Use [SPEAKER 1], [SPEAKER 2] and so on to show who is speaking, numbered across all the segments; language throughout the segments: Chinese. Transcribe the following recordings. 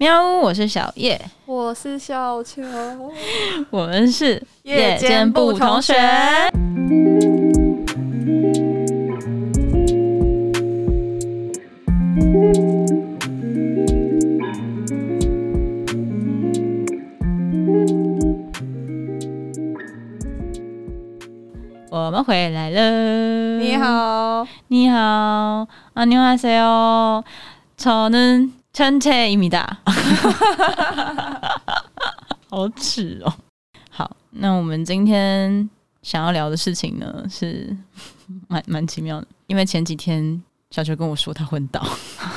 [SPEAKER 1] 喵，我是小叶，
[SPEAKER 2] 我是小乔，嗯
[SPEAKER 1] 我们是同学。我们回来了，
[SPEAKER 2] 你，好，
[SPEAKER 1] 你好，안녕하세요저는천채입니다。好耻哦！好，那我们今天想要聊的事情呢，是蛮蛮奇妙的，因为前几天小球跟我说他昏倒，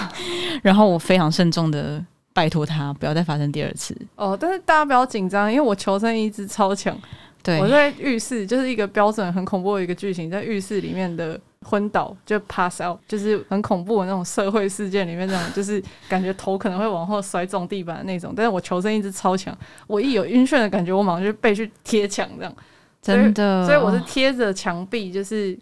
[SPEAKER 1] 然后我非常慎重的拜托他不要再发生第二次。
[SPEAKER 2] 哦，但是大家不要紧张，因为我求生意志超强。
[SPEAKER 1] 对
[SPEAKER 2] 我在浴室就是一个标准很恐怖的一个剧情，在浴室里面的昏倒就 pass out，就是很恐怖的那种社会事件里面那种，就是感觉头可能会往后摔中地板的那种。但是我求生意志超强，我一有晕眩的感觉，我马上就背去贴墙这样，
[SPEAKER 1] 真的，
[SPEAKER 2] 所以我是贴着墙壁，就是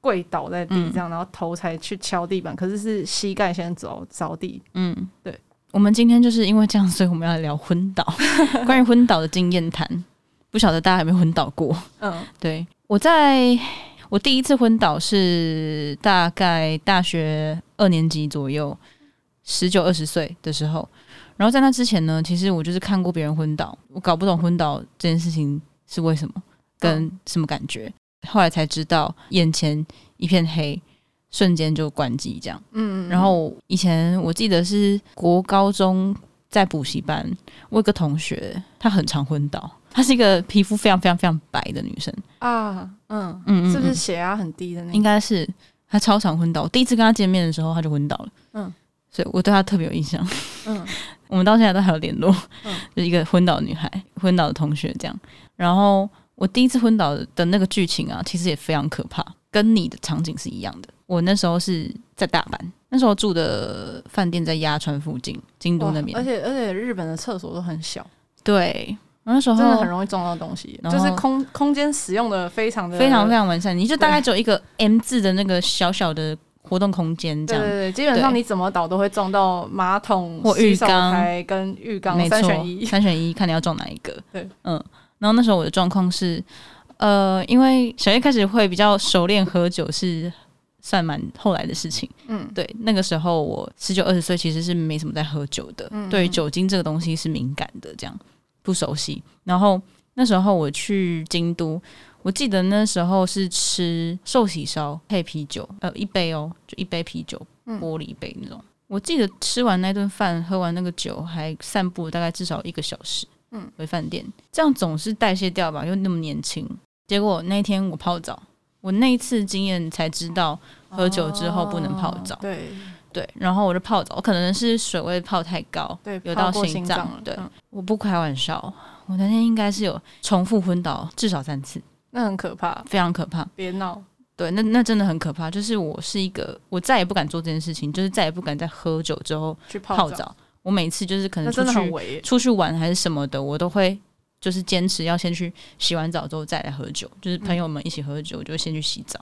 [SPEAKER 2] 跪倒在地这样，然后头才去敲地板，可是是膝盖先着着地。
[SPEAKER 1] 嗯，
[SPEAKER 2] 对。
[SPEAKER 1] 我们今天就是因为这样，所以我们要聊昏倒，关于昏倒的经验谈。不晓得大家有没有昏倒过？
[SPEAKER 2] 嗯
[SPEAKER 1] 对我在我第一次昏倒是大概大学二年级左右，十九二十岁的时候。然后在那之前呢，其实我就是看过别人昏倒，我搞不懂昏倒这件事情是为什么，跟什么感觉。后来才知道，眼前一片黑，瞬间就关机这样。
[SPEAKER 2] 嗯，
[SPEAKER 1] 然后以前我记得是国高中在补习班，我有个同学，她很常昏倒，她是一个皮肤非常非常非常白的女生，
[SPEAKER 2] 啊，嗯，
[SPEAKER 1] 嗯嗯
[SPEAKER 2] 是不是
[SPEAKER 1] 嗯
[SPEAKER 2] 血压很低的那
[SPEAKER 1] 应
[SPEAKER 2] 个？
[SPEAKER 1] 该是她超常昏倒。我第一次跟她见面的时候，她就昏倒了，
[SPEAKER 2] 嗯
[SPEAKER 1] 所以我对她特别有印象。
[SPEAKER 2] 嗯
[SPEAKER 1] 我们到现在都还有联络，
[SPEAKER 2] 嗯
[SPEAKER 1] 就是一个昏倒的女孩，昏倒的同学这样。然后我第一次昏倒的那个剧情啊，其实也非常可怕，跟你的场景是一样的。我那时候是在大阪，那时候住的饭店在鸭川附近，京都
[SPEAKER 2] 哇
[SPEAKER 1] 那边
[SPEAKER 2] 而。且而且日本的厕所都很小，
[SPEAKER 1] 对，我那时候
[SPEAKER 2] 真的很容易撞到东西，
[SPEAKER 1] 然
[SPEAKER 2] 就
[SPEAKER 1] 后
[SPEAKER 2] 是空空间使用的非常的
[SPEAKER 1] 非常非常完善，你就大概只有一个 M 字的那个小小的活动空间这
[SPEAKER 2] 对
[SPEAKER 1] 样
[SPEAKER 2] 对。对，基本上
[SPEAKER 1] 对
[SPEAKER 2] 你怎么倒都会撞到马桶、
[SPEAKER 1] 或浴
[SPEAKER 2] 洗手
[SPEAKER 1] 缸
[SPEAKER 2] 台跟浴缸
[SPEAKER 1] 没错，
[SPEAKER 2] 三选一。
[SPEAKER 1] 三选一，看你要中哪一个。
[SPEAKER 2] 对，
[SPEAKER 1] 嗯，然后那时候我的状况是，呃，因为小叶开始会比较熟练喝酒，是算蛮后来的事情。
[SPEAKER 2] 嗯，
[SPEAKER 1] 对，那个时候我十九二十岁，其实是没什么在喝酒的，
[SPEAKER 2] 嗯
[SPEAKER 1] 对于
[SPEAKER 2] 嗯
[SPEAKER 1] 酒精这个东西是敏感的，这样不熟悉。然后那时候我去京都，我记得那时候是吃寿喜烧配啤酒，呃，一杯哦，就一杯啤酒，
[SPEAKER 2] 嗯
[SPEAKER 1] 玻璃杯那种。我记得吃完那顿饭，喝完那个酒，还散步大概至少一个小时，嗯
[SPEAKER 2] 嗯，
[SPEAKER 1] 回饭店，这样总是代谢掉吧，又那么年轻。结果那一天我泡澡，我那一次经验才知道，喝酒之后不能泡澡
[SPEAKER 2] 哦对
[SPEAKER 1] 对，然后我就泡澡，我可能是水位泡太高，
[SPEAKER 2] 对，
[SPEAKER 1] 有
[SPEAKER 2] 泡
[SPEAKER 1] 到
[SPEAKER 2] 过
[SPEAKER 1] 心
[SPEAKER 2] 心
[SPEAKER 1] 脏
[SPEAKER 2] 脏了
[SPEAKER 1] 对
[SPEAKER 2] 嗯
[SPEAKER 1] 我不开玩笑，我那天应该是有重复昏倒至少三次，
[SPEAKER 2] 那很可怕，
[SPEAKER 1] 非常可怕。
[SPEAKER 2] 别闹。
[SPEAKER 1] 对，那那真的很可怕。就是我是一个，我再也不敢做这件事情，就是再也不敢在喝酒之后
[SPEAKER 2] 去泡
[SPEAKER 1] 泡澡。我每次就是可能
[SPEAKER 2] 那
[SPEAKER 1] 出
[SPEAKER 2] 真的很
[SPEAKER 1] 去
[SPEAKER 2] 危耶。
[SPEAKER 1] 出去玩还是什么的，我都会就是坚持要先去洗完澡之后再来喝酒，就是朋友们一起喝酒，我就先去洗澡。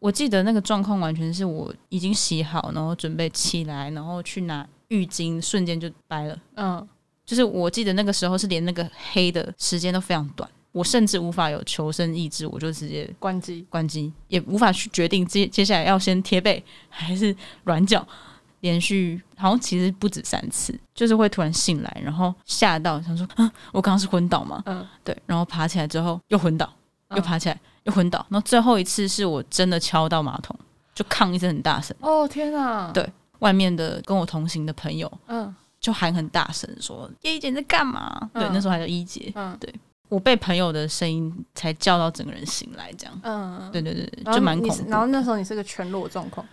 [SPEAKER 1] 我记得那个状况完全是我已经洗好，然后准备起来，然后去拿浴巾，瞬间就掰了。
[SPEAKER 2] 嗯，
[SPEAKER 1] 就是我记得那个时候是连那个黑的时间都非常短，我甚至无法有求生意志，我就直接
[SPEAKER 2] 关机。
[SPEAKER 1] 关机，也无法去决定接接下来要先贴背还是软脚。连续好像其实不止三次，就是会突然醒来，然后吓到，想说啊，我刚刚是昏倒吗？
[SPEAKER 2] 嗯，
[SPEAKER 1] 对，然后爬起来之后又昏倒，
[SPEAKER 2] 嗯
[SPEAKER 1] 又爬起来、又昏倒，然后最后一次是我真的敲到马桶，就抗一声很大声，
[SPEAKER 2] 哦天哪！
[SPEAKER 1] 对外面的跟我同行的朋友
[SPEAKER 2] 嗯
[SPEAKER 1] 就喊很大声说叶一姐你在干嘛？对，
[SPEAKER 2] 嗯
[SPEAKER 1] 那时候还叫一姐，
[SPEAKER 2] 嗯
[SPEAKER 1] 我被朋友的声音才叫到整个人醒来，这样，
[SPEAKER 2] 嗯，
[SPEAKER 1] 对对对，对
[SPEAKER 2] 然后
[SPEAKER 1] 就蛮
[SPEAKER 2] 你
[SPEAKER 1] 恐
[SPEAKER 2] 是
[SPEAKER 1] 怖的。
[SPEAKER 2] 然后那时候你是个全裸状况，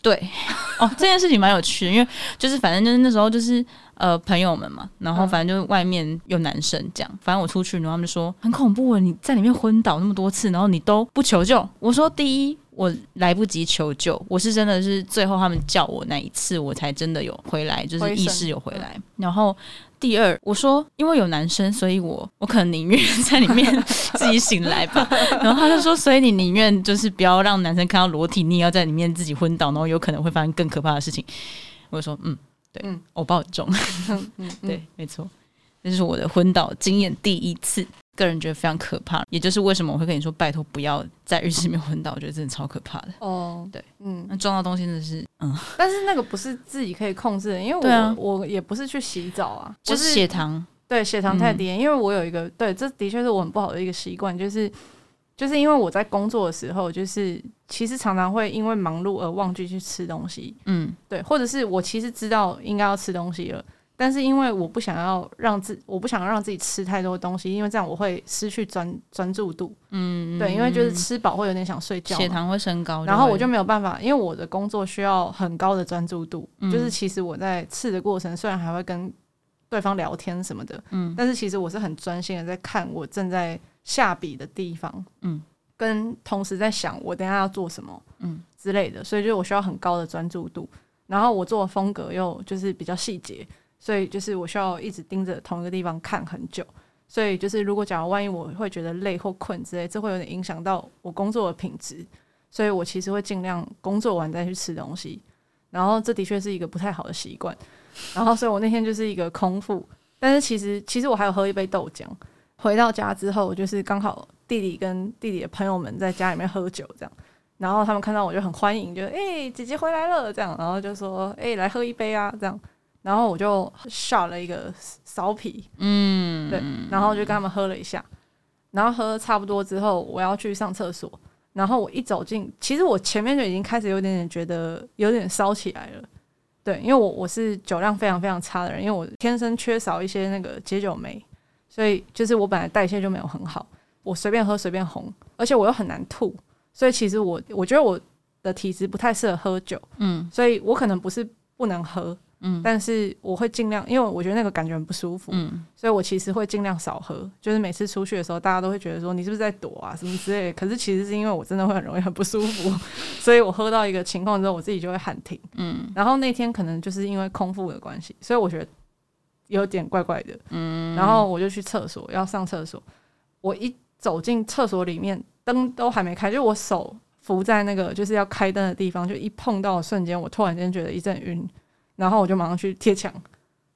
[SPEAKER 1] 对， 哦，这件事情蛮有趣的，因为就是反正就是那时候就是呃朋友们嘛，然后
[SPEAKER 2] 嗯
[SPEAKER 1] 反正就是外面有男生这样，反正我出去，然后他们就说很恐怖啊，你在里面昏倒那么多次，然后你都不求救。我说第一，我来不及求救，我是真的是最后他们叫我那一次，我才真的有回来，就是
[SPEAKER 2] 回
[SPEAKER 1] 意
[SPEAKER 2] 神嗯
[SPEAKER 1] 识有回来，然后。第二，我说因为有男生，所以我我可能宁愿 在里 面自己醒来吧。 然后他就说，所以你宁愿就是不要让男生看到裸体，你也要在里面自己昏倒，然后有可能会发生更可怕的事情。我就说，嗯，对，
[SPEAKER 2] 嗯
[SPEAKER 1] 偶包很重。
[SPEAKER 2] 嗯，嗯
[SPEAKER 1] 对，，没错，这是我的昏倒经验第一次，个人觉得非常可怕，也就是为什么我会跟你说，拜托不要在浴室里面昏倒，我觉得真的超可怕的。
[SPEAKER 2] 哦，
[SPEAKER 1] 对，
[SPEAKER 2] 嗯，
[SPEAKER 1] 那撞到东西真的是，嗯，
[SPEAKER 2] 但是那个不是自己可以控制的，因为我、
[SPEAKER 1] 对啊
[SPEAKER 2] 我也不是去洗澡啊，
[SPEAKER 1] 就
[SPEAKER 2] 我
[SPEAKER 1] 是血糖，嗯
[SPEAKER 2] 对血糖太低，因为我有一个对，这的确是我很不好的一个习惯，就是就是因为我在工作的时候，就是其实常常会因为忙碌而忘记去吃东西，
[SPEAKER 1] 嗯
[SPEAKER 2] 对，或者是我其实知道应该要吃东西了。但是因为我不想要让自我不想让自己吃太多东西，因为这样我会失去专专注度。
[SPEAKER 1] 嗯，
[SPEAKER 2] 对，因为就是吃饱会有点想睡觉嘛，
[SPEAKER 1] 血糖会升高，
[SPEAKER 2] 然后
[SPEAKER 1] 会
[SPEAKER 2] 我就没有办法，因为我的工作需要很高的专注度，
[SPEAKER 1] 嗯
[SPEAKER 2] 就是其实我在刺的过程，虽然还会跟对方聊天什么的，嗯，但是其实我是很专心的在看我正在下笔的地方，
[SPEAKER 1] 嗯，
[SPEAKER 2] 跟同时在想我等一下要做什么，
[SPEAKER 1] 嗯
[SPEAKER 2] 之类的，所以就是我需要很高的专注度，然后我做的风格又就是比较细节，所以就是我需要一直盯着同一个地方看很久。所以就是，如果假如万一我会觉得累或困之类，这会有点影响到我工作的品质。所以我其实会尽量工作完再去吃东西，然后这的确是一个不太好的习惯。然后，所以我那天就是一个空腹，但是其实其实我还有喝一杯豆浆。回到家之后，就是刚好弟弟跟弟弟的朋友们在家里面喝酒这样，然后他们看到我就很欢迎，就哎、欸姐姐回来了这样，然后就说哎、欸来喝一杯啊这样，然后我就下了一个骚啤，
[SPEAKER 1] 嗯
[SPEAKER 2] 对，然后就跟他们喝了一下，然后喝差不多之后，我要去上厕所，然后我一走进，其实我前面就已经开始有点点觉得有点烧起来了，对，因为我我是酒量非常非常差的人，因为我天生缺少一些那个解酒酶，所以就是我本来代谢就没有很好，我随便喝随便红，而且我又很难吐，所以其实我我觉得我的体质不太适合喝酒，
[SPEAKER 1] 嗯
[SPEAKER 2] 所以我可能不是不能喝，
[SPEAKER 1] 嗯
[SPEAKER 2] 但是我会尽量，因为我觉得那个感觉很不舒服，
[SPEAKER 1] 嗯
[SPEAKER 2] 所以我其实会尽量少喝，就是每次出去的时候，大家都会觉得说你是不是在躲啊什么之类的。可是其实是因为我真的会很容易很不舒服， 所以我喝到一个情况之后，我自己就会喊停。
[SPEAKER 1] 嗯
[SPEAKER 2] 然后那天可能就是因为空腹的关系，所以我觉得有点怪怪的。嗯，然后我就去厕所要上厕所，我一走进厕所里面，灯都还没开，就我手扶在那个就是要开灯的地方，就一碰到的瞬间，我突然间觉得一阵晕，然后我就马上去贴墙，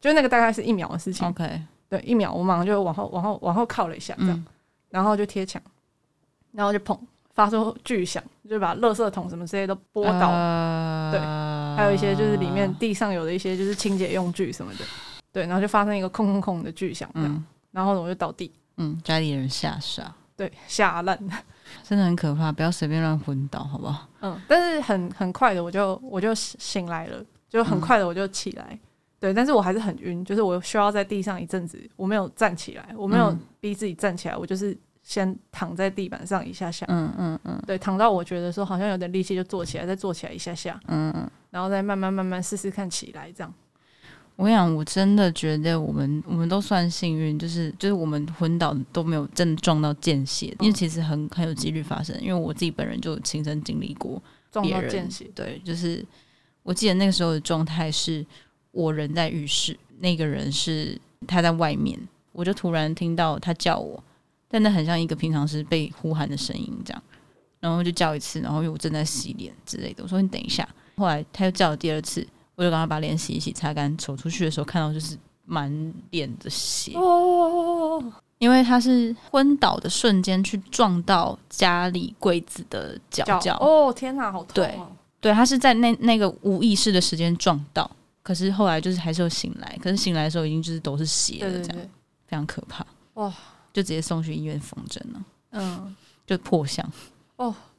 [SPEAKER 2] 就那个大概是一秒的事情。
[SPEAKER 1] ，OK，
[SPEAKER 2] 对，一秒我马上就往后、往后、往后靠了一下，这样，
[SPEAKER 1] 嗯
[SPEAKER 2] 然后就贴墙，然后就砰，发出巨响，就把垃圾桶什么之类都拨倒，
[SPEAKER 1] 呃
[SPEAKER 2] 对
[SPEAKER 1] 对
[SPEAKER 2] 还有一些就是里面地上有的一些就是清洁用具什么的，对，然后就发生一个空空空的巨响，这样，
[SPEAKER 1] 嗯
[SPEAKER 2] 然后我就倒地，
[SPEAKER 1] 嗯，家里人吓傻，
[SPEAKER 2] 对，吓烂，
[SPEAKER 1] 真的很可怕，不要随便乱昏倒，好不好？
[SPEAKER 2] 嗯，但是很很快的我就我就醒来了，就
[SPEAKER 1] 嗯
[SPEAKER 2] 很快的我就起来。对，但是我还是很晕，就是我需要在地上一阵子，我没有站起来，我没有
[SPEAKER 1] 嗯
[SPEAKER 2] 逼自己站起来，我就是先躺在地板上一下下，
[SPEAKER 1] 嗯嗯嗯
[SPEAKER 2] 对，躺到我觉得说好像有点力气就坐起来，再坐起来一下下，
[SPEAKER 1] 嗯嗯。
[SPEAKER 2] 然后再慢慢慢慢试试看起来这样。
[SPEAKER 1] 我跟你讲，我真的觉得我们我们都算幸运，就是就是我们昏倒都没有真的撞到见血，因为其实很很有几率发生，因为我自己本人就有亲身经历过。
[SPEAKER 2] 撞
[SPEAKER 1] 别
[SPEAKER 2] 到
[SPEAKER 1] 人
[SPEAKER 2] 见血，
[SPEAKER 1] 对，就是我记得那个时候的状态是，我人在浴室，那个人是他在外面，我就突然听到他叫我，但那很像一个平常是被呼喊的声音这样，然后就叫一次，然后因为我正在洗脸之类的，我说你等一下，后来他又叫了第二次，我就赶快把脸洗一洗、擦干，走出去的时候看到就是满脸的血，
[SPEAKER 2] 哦，
[SPEAKER 1] 因为他是昏倒的瞬间去撞到家里柜子的角
[SPEAKER 2] 脚
[SPEAKER 1] 角，
[SPEAKER 2] 哦，天哪，好痛
[SPEAKER 1] 对
[SPEAKER 2] 哦！
[SPEAKER 1] 对，他是在那那个无意识的时间撞到，可是后来就是还是有醒来，可是醒来的时候已经就是都是血
[SPEAKER 2] 对
[SPEAKER 1] 了，
[SPEAKER 2] 对
[SPEAKER 1] 这样
[SPEAKER 2] 对，
[SPEAKER 1] 非常可怕，
[SPEAKER 2] 哇，
[SPEAKER 1] 就直接送去医院缝针了，
[SPEAKER 2] 嗯，
[SPEAKER 1] 就破相，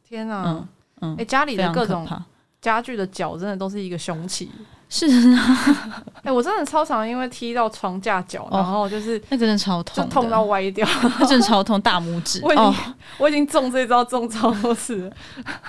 [SPEAKER 2] 天哪，
[SPEAKER 1] 嗯嗯，
[SPEAKER 2] 哎、家里
[SPEAKER 1] 非
[SPEAKER 2] 的
[SPEAKER 1] 常
[SPEAKER 2] 各
[SPEAKER 1] 可
[SPEAKER 2] 种
[SPEAKER 1] 怕，
[SPEAKER 2] 家具的脚真的都是一个凶器。
[SPEAKER 1] 是啊，
[SPEAKER 2] 哎、我真的超常因为踢到床架脚，
[SPEAKER 1] 哦
[SPEAKER 2] 然后就是、
[SPEAKER 1] 那个真的超
[SPEAKER 2] 就
[SPEAKER 1] 痛的，
[SPEAKER 2] 痛到歪掉。
[SPEAKER 1] 那真的超痛，大拇指
[SPEAKER 2] 我已经
[SPEAKER 1] 哦，
[SPEAKER 2] 我已经中这招中超多次了，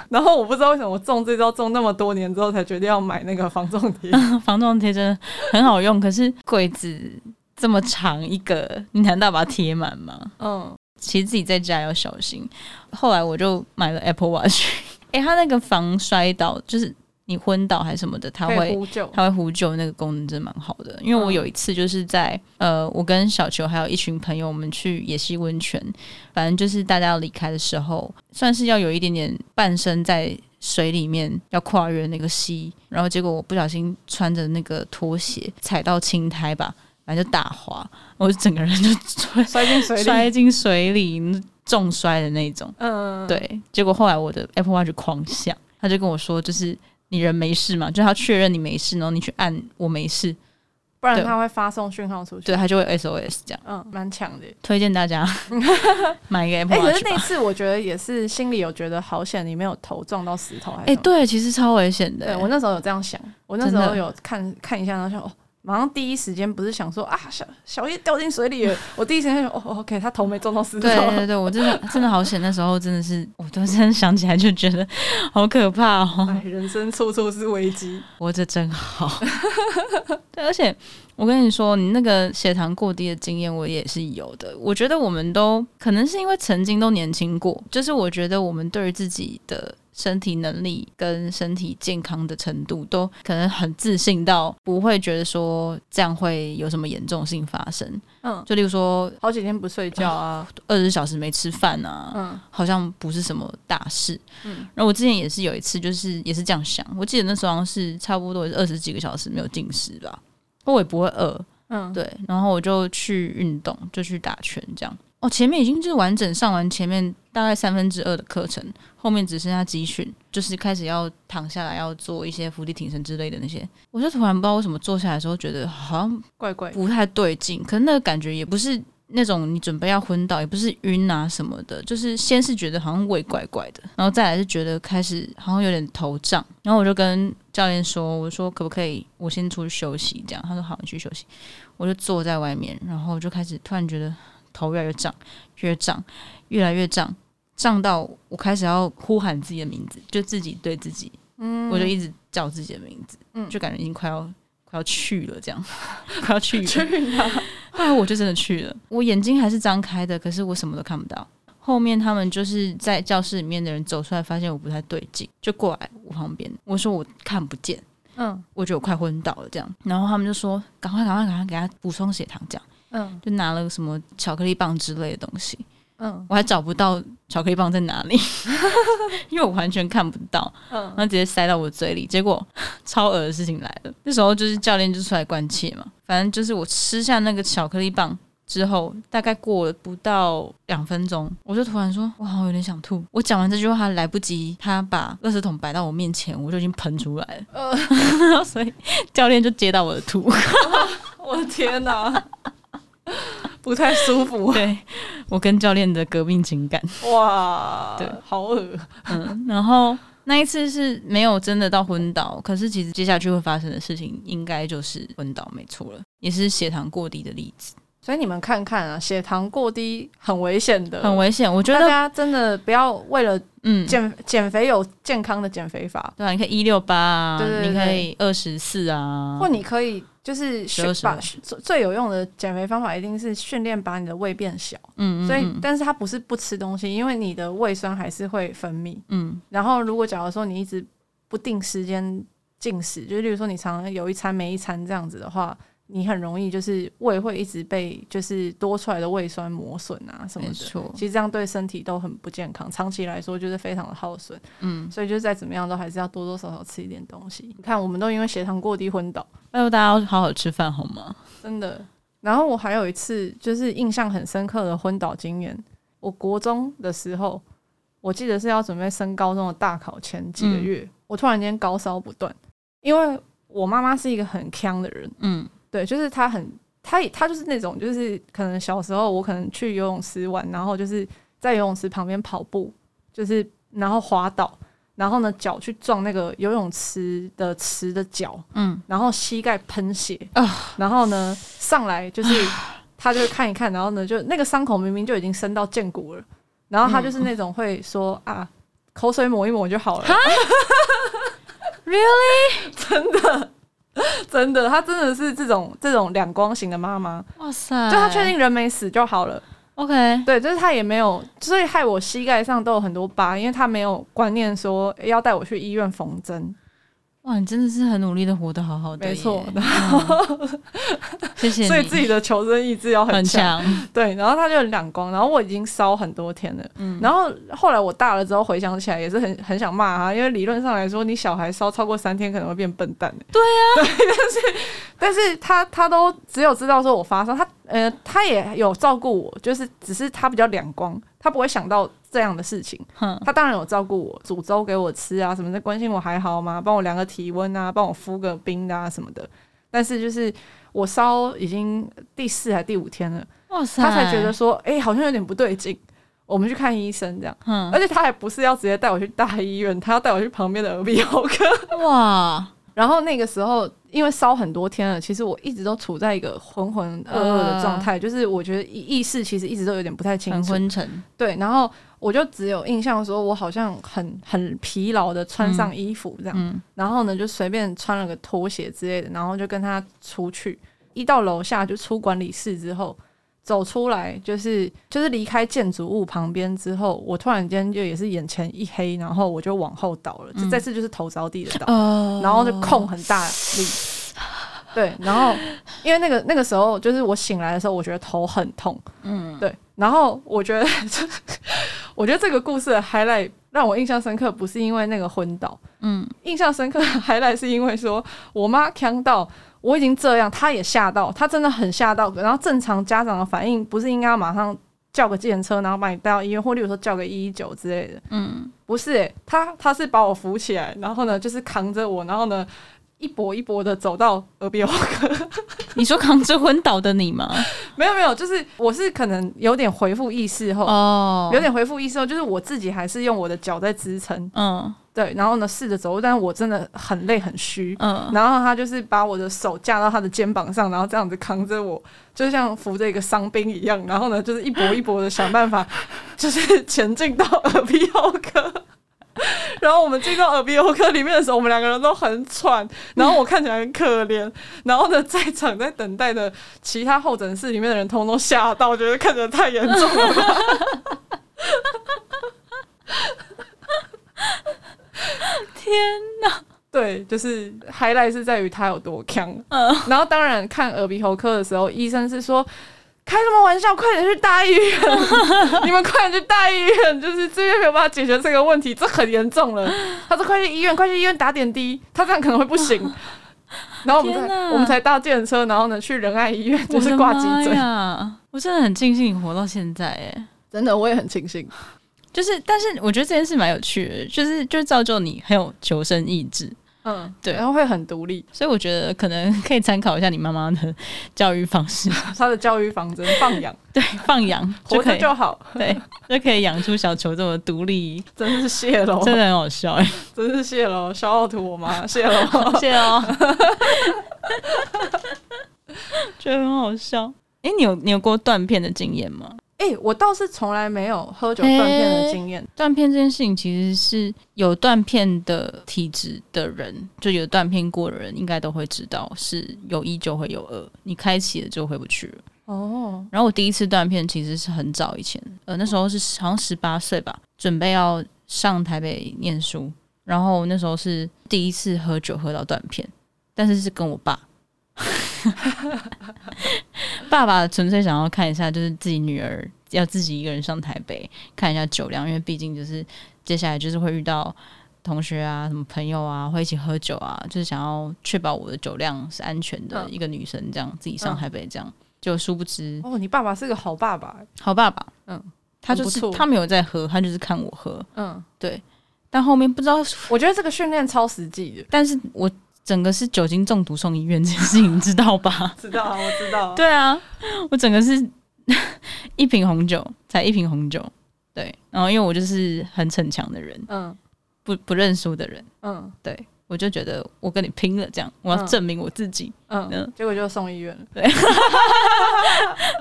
[SPEAKER 2] 然后我不知道为什么我中这招中那么多年之后才决定要买那个防撞贴。
[SPEAKER 1] 防撞贴真的很好用，可是柜子这么长一个，你难道把它贴满吗？
[SPEAKER 2] 嗯，
[SPEAKER 1] 其实自己在家要小心。后来我就买了 Apple Watch，诶， 它那个防摔倒，就是你昏倒还是什么的，它
[SPEAKER 2] 可以
[SPEAKER 1] 会
[SPEAKER 2] 呼嗯救。
[SPEAKER 1] 它会呼救，那个功能真的蛮好的。因为我有一次就是在、呃，我跟小球还有一群朋友，我们去野溪温泉，反正就是大家要离开的时候，算是要有一点点半身在水里面要跨越那个溪，然后结果我不小心穿着那个拖鞋踩到青苔吧，反正就打滑，我整个人就
[SPEAKER 2] 摔进水
[SPEAKER 1] 摔
[SPEAKER 2] 里。
[SPEAKER 1] 进水里，重摔的那种。
[SPEAKER 2] 嗯，，
[SPEAKER 1] 对，结果后来我的 Apple Watch 狂响，他就跟我说，就是你人没事嘛，就他确认你没事，然后你去按我没 事，
[SPEAKER 2] 不然
[SPEAKER 1] 对
[SPEAKER 2] 它会发送讯号出去。
[SPEAKER 1] 对，他就会 SOS 这样。
[SPEAKER 2] 嗯，蛮强的。
[SPEAKER 1] 推荐大 家买一个
[SPEAKER 2] 哎、
[SPEAKER 1] Apple
[SPEAKER 2] 可
[SPEAKER 1] Watch
[SPEAKER 2] 是
[SPEAKER 1] 啊吧。
[SPEAKER 2] 那次我觉得也是心里有觉得好险，你没有头撞到石头还是
[SPEAKER 1] 哎、
[SPEAKER 2] 什么
[SPEAKER 1] 对，其实超危险的、
[SPEAKER 2] 对我那时候有这样想，我那时
[SPEAKER 1] 真
[SPEAKER 2] 候
[SPEAKER 1] 的
[SPEAKER 2] 有看看一下，然后想哦，马上第一时间不是想说啊，小小叶掉进水 里了，我第一时间就哦哦，OK，他头没撞到石头，
[SPEAKER 1] 对对对，我真的真的好险，那时候真的是，我都真的想起来就觉得好可怕哦
[SPEAKER 2] 哎，，人生处处是危机，
[SPEAKER 1] 活着真 好。对，而且我跟你说，你那个血糖过低的经验我也是有的。我觉得我们都可能是因为曾经都年轻过，就是我觉得我们对于自己的。身体能力跟身体健康的程度都可能很自信到不会觉得说这样会有什么严重性发生。
[SPEAKER 2] 嗯，
[SPEAKER 1] 就例如说
[SPEAKER 2] 好几天不睡觉 啊，
[SPEAKER 1] 二十小时没吃饭啊，
[SPEAKER 2] 嗯
[SPEAKER 1] 好像不是什么大事。
[SPEAKER 2] 嗯
[SPEAKER 1] 然后我之前也是有一次，就是也是这样想，我记得那时候好像是差不多也是二十几个小时没有进食吧，不过我也不会饿，
[SPEAKER 2] 嗯，
[SPEAKER 1] 对，然后我就去运动，就去打拳这样。哦，前面已经就是完整上完前面大概三分之二的课程，后面只剩下集训，就是开始要躺下来要做一些伏地挺身之类的那些。我就突然不知道为什么坐下来的时候觉得好像
[SPEAKER 2] 怪怪，
[SPEAKER 1] 不太对劲，可是那个感觉也不是那种你准备要昏倒，也不是晕啊什么的，就是先是觉得好像胃怪怪的，然后再来是觉得开始好像有点头胀，然后我就跟教练说，我说可不可以我先出去休息这样，他说好，你去休息，我就坐在外面，然后我就开始突然觉得头越来越胀，越胀，越来越胀。胀到我开始要呼喊自己的名字，就自己对自己，
[SPEAKER 2] 嗯，
[SPEAKER 1] 我就一直叫自己的名字，
[SPEAKER 2] 嗯
[SPEAKER 1] 就感觉已经快要快要去了，这样快要去了，
[SPEAKER 2] 去哪？
[SPEAKER 1] 后来我就真的去了，我眼睛还是张开的，可是我什么都看不到。后面他们就是在教室里面的人走出来，发现我不太对劲，就过来我旁边，我说我看不见，
[SPEAKER 2] 嗯
[SPEAKER 1] 我觉得我快昏倒了这样。然后他们就说赶快赶快赶快给他补充血糖，这样
[SPEAKER 2] 嗯
[SPEAKER 1] 就拿了什么巧克力棒之类的东西，
[SPEAKER 2] 嗯
[SPEAKER 1] 我还找不到巧克力棒在哪里， 因为我完全看不到。然
[SPEAKER 2] 嗯，
[SPEAKER 1] 后直接塞到我嘴里，结果 超恶的事情来了。那时候就是教练就出来关切嘛，反正就是我吃下那个巧克力棒之后，大概过了不到两分钟，我就突然说：“我好像有点想吐。”我讲完这句话还来不及，他把垃圾桶摆到我面前，我就已经喷出来了。
[SPEAKER 2] 呃，
[SPEAKER 1] 然后 所以教练就接到我的吐，
[SPEAKER 2] 我的天哪， 不太舒服，
[SPEAKER 1] 对我跟教练的革命情感。
[SPEAKER 2] 哇，
[SPEAKER 1] 对，
[SPEAKER 2] 好恶，
[SPEAKER 1] 嗯，然后那一次是没有真的到昏倒，可是其实接下去会发生的事情应该就是昏倒，没错了，也是血糖过低的例子，
[SPEAKER 2] 所以你们看看啊，血糖过低很危险的，
[SPEAKER 1] 很危险。我觉
[SPEAKER 2] 呃大
[SPEAKER 1] 得，
[SPEAKER 2] 家真的不要为了
[SPEAKER 1] 嗯，对
[SPEAKER 2] 减减肥有健康的减肥法，
[SPEAKER 1] 吧、你可以一六八啊，
[SPEAKER 2] 对对对
[SPEAKER 1] 你可以二十四啊，
[SPEAKER 2] 或你可以就是训
[SPEAKER 1] 12
[SPEAKER 2] 把最最有用的减肥方法一定是训练把你的胃变小，
[SPEAKER 1] 嗯，嗯
[SPEAKER 2] 所以
[SPEAKER 1] 嗯
[SPEAKER 2] 但是它不是不吃东西，因为你的胃酸还是会分泌。
[SPEAKER 1] 嗯
[SPEAKER 2] 然后如果假如说你一直不定时间进食，就例如说你常常有一餐没一餐这样子的话。你很容易就是胃会一直被就是多出来的胃酸磨损啊什么
[SPEAKER 1] 没
[SPEAKER 2] 的，
[SPEAKER 1] 错，
[SPEAKER 2] 其实这样对身体都很不健康，长期来说就是非常的耗损。
[SPEAKER 1] 嗯，
[SPEAKER 2] 所以就是再怎么样都还是要多多少少吃一点东西。你看，我们都因为血糖过低昏倒，
[SPEAKER 1] 拜托大家要好好吃饭好吗？
[SPEAKER 2] 真的。然后我还有一次就是印象很深刻的昏倒经验。我国中的时候，我记得是要准备升高中的大考前几个月，我突然间高烧不断，因为我妈妈是一个很强的人，
[SPEAKER 1] 嗯
[SPEAKER 2] 对，就是她很，她也她就是那种，就是可能小时候我可能去游泳池玩，然后就是在游泳池旁边跑步，就是然后滑倒，然后呢脚去撞那个游泳池的池的角，
[SPEAKER 1] 嗯，
[SPEAKER 2] 然后膝盖喷血
[SPEAKER 1] 啊
[SPEAKER 2] 然后呢上来就是他就看一看，然后呢就那个伤口明明就已经深到胫骨了，然后他
[SPEAKER 1] 嗯
[SPEAKER 2] 就是那种会说、啊口水抹一抹就好了
[SPEAKER 1] ，really，
[SPEAKER 2] 真的。真的，他真的是这种这种两光型的妈妈，
[SPEAKER 1] 哇塞，
[SPEAKER 2] 就他确定人没死就好了。
[SPEAKER 1] ，OK，
[SPEAKER 2] 对，就是他也没有，所以害我膝盖上都有很多疤，因为他没有观念说诶要带我去医院缝针。
[SPEAKER 1] 哇，你真的是很努力的活得好好的耶，
[SPEAKER 2] 没错
[SPEAKER 1] 嗯谢谢你，
[SPEAKER 2] 所以自己的求生意志要
[SPEAKER 1] 很
[SPEAKER 2] 强。
[SPEAKER 1] 强，
[SPEAKER 2] 对，然后它就很亮光，然后我已经烧很多天了，然后后来我大了之后回想起来，也是很很想骂他，因为理论上来说，你小孩烧超过三天可能会变笨蛋、欸 对啊，对，但是但是他他都只有知道说我发烧，他呃他也有照顾我，就是只是他比较两光，他不会想到这样的事情，
[SPEAKER 1] 哼，
[SPEAKER 2] 他当然有照顾我，煮粥给我吃啊，什么的，关心我还好吗？帮我量个体温啊，帮我敷个冰的啊什么的。但是就是我烧已经第四还第五天了，
[SPEAKER 1] 哇塞，
[SPEAKER 2] 他才觉得，说，哎、好像有点不对劲，我们去看医生这样。
[SPEAKER 1] 哼
[SPEAKER 2] 而，且他还不是要直接带我去大医院，他要带我去旁边的耳 鼻喉科。
[SPEAKER 1] 哇，
[SPEAKER 2] 然后那个时候，因为烧很多天了，其实我一直都处在一个浑浑噩噩的状态，就是我觉得意意识其实一直都有点不太清
[SPEAKER 1] 很
[SPEAKER 2] 楚。
[SPEAKER 1] 昏沉，
[SPEAKER 2] 对，然后我就只有印象说，我好像很很疲劳的穿上衣服这样，
[SPEAKER 1] 嗯
[SPEAKER 2] 然后呢就随便穿了个拖鞋之类的，然后就跟他出去，一到楼下就出管理室之后。走出来就是就是离开建筑物旁边之后，我突然间就也是眼前一黑，然后我就往后倒了，这、
[SPEAKER 1] 嗯
[SPEAKER 2] 这次就是头着地的倒，
[SPEAKER 1] 哦
[SPEAKER 2] 然后就空很大力。对，然后因为那个那个时候，就是我醒来的时候，我觉得头很痛，
[SPEAKER 1] 嗯，
[SPEAKER 2] 对，然后我觉得， 我觉得这个故事的 highlight 让我印象深刻，不是因为那个昏倒，
[SPEAKER 1] 嗯，
[SPEAKER 2] 印象深刻的 highlight 是因为说我妈呛到我已经这样，她也吓到，她真的很吓到。然后正常家长的反应不是应该要马上叫个计程车，然后把你带到医院，或例如说叫个一一九之类的，
[SPEAKER 1] 嗯，
[SPEAKER 2] 不是、欸，她她是把我扶起来，然后呢就是扛着我，然后呢。一跛一跛的走到耳鼻喉科，
[SPEAKER 1] 你说扛着昏倒的你吗？
[SPEAKER 2] 没有没有，就是我是可能有点恢复意识后，
[SPEAKER 1] 哦，
[SPEAKER 2] 有，点回复医生，就是我自己还是用我的脚在支撑，
[SPEAKER 1] 嗯
[SPEAKER 2] 对，然后呢试着走路，但是我真的很累很虚。
[SPEAKER 1] 嗯，
[SPEAKER 2] 然后他就是把我的手架到他的肩膀上，然后这样子扛着我，就像扶着一个伤兵一样。然后呢，就是一跛一跛的想办法， 就是前进到耳鼻喉科。然后我们进到耳鼻喉科里面的时候，我们两个人都很喘，然后我看起来很可怜。然后呢，在场在等待的其他候诊室里面的人，通通吓到，觉得看起来太严重了吧。
[SPEAKER 1] 天哪，
[SPEAKER 2] 对，就是 highlight 是在于他有多强。
[SPEAKER 1] 嗯
[SPEAKER 2] 然后当然看耳鼻喉科的时候，医生是说。开什么玩笑！快点去大医 院，你们快点去大医院，就是这边没有办法解决这个问题，这很严重了。他说：“快去医院，快去医院打点滴。”他这样可能会不行。 然后我们
[SPEAKER 1] 天
[SPEAKER 2] 才
[SPEAKER 1] 哪
[SPEAKER 2] 我们才搭计程车，然后呢去仁爱医院，就是挂急
[SPEAKER 1] 我的妈
[SPEAKER 2] 诊。
[SPEAKER 1] 呀我真的很庆幸你活到现在，哎。
[SPEAKER 2] 真的，我也很庆幸。
[SPEAKER 1] 就是，但是我觉得这件事蛮有趣的，就是就造就你很有求生意志，
[SPEAKER 2] 嗯，
[SPEAKER 1] 对
[SPEAKER 2] 然后会很独立。
[SPEAKER 1] 所以我觉得可能可以参考一下你妈妈的教育方 式，
[SPEAKER 2] 他的教育方针放 养，
[SPEAKER 1] 对，放养
[SPEAKER 2] 活
[SPEAKER 1] 可
[SPEAKER 2] 着
[SPEAKER 1] 以，
[SPEAKER 2] 就好，
[SPEAKER 1] 对，就可以养出小球这么独立，
[SPEAKER 2] 真是 谢喽，
[SPEAKER 1] 真的很好笑哎、
[SPEAKER 2] 真是谢喽，小奥图我妈 谢喽。
[SPEAKER 1] 谢谢哦， 觉得很好笑。哎、你有你有过断片的经验吗？
[SPEAKER 2] 哎、我倒是从来没有喝酒断片的经 验。
[SPEAKER 1] 断片这件事情其实是有断片的体质的人，就有断片过的人，应该都会知道是有一就会有二，你开启了就回不去了。
[SPEAKER 2] 哦，
[SPEAKER 1] 然后我第一次断片其实是很早以前，呃，那时候是好像十八岁吧，准备要上台北念书，然后那时候是第一次喝酒喝到断片，但是是跟我爸。 爸爸纯粹想要看一下，就是自己女儿要自己一个人上台北看一下酒量，因为毕竟就是接下来就是会遇到同学啊、什么朋友啊，会一起喝酒啊，就是想要确保我的酒量是安全的
[SPEAKER 2] 嗯
[SPEAKER 1] 一个女生这样，自己上
[SPEAKER 2] 嗯
[SPEAKER 1] 台北这样。就殊不知
[SPEAKER 2] 哦，你爸爸是个好爸爸欸。
[SPEAKER 1] 好爸爸，
[SPEAKER 2] 嗯
[SPEAKER 1] 嗯，他就是
[SPEAKER 2] 很不错
[SPEAKER 1] 他没有在喝，他就是看我喝，
[SPEAKER 2] 嗯，
[SPEAKER 1] 对。但后面不知道，
[SPEAKER 2] 我觉得这个训练超实际的。
[SPEAKER 1] 但是我整个是酒精中毒送医院这件事情，你知道
[SPEAKER 2] ？
[SPEAKER 1] 吧
[SPEAKER 2] 知道啊，我知道。
[SPEAKER 1] 对啊，我整个是 一瓶红酒，才一瓶红酒，对。然后因为我就是很逞强的人，
[SPEAKER 2] 嗯
[SPEAKER 1] 不不认输的人，
[SPEAKER 2] 嗯
[SPEAKER 1] 对我就觉得我跟你拼了，这样我要
[SPEAKER 2] 嗯
[SPEAKER 1] 证明我自己，
[SPEAKER 2] 嗯
[SPEAKER 1] 嗯，
[SPEAKER 2] 结果就送医院了。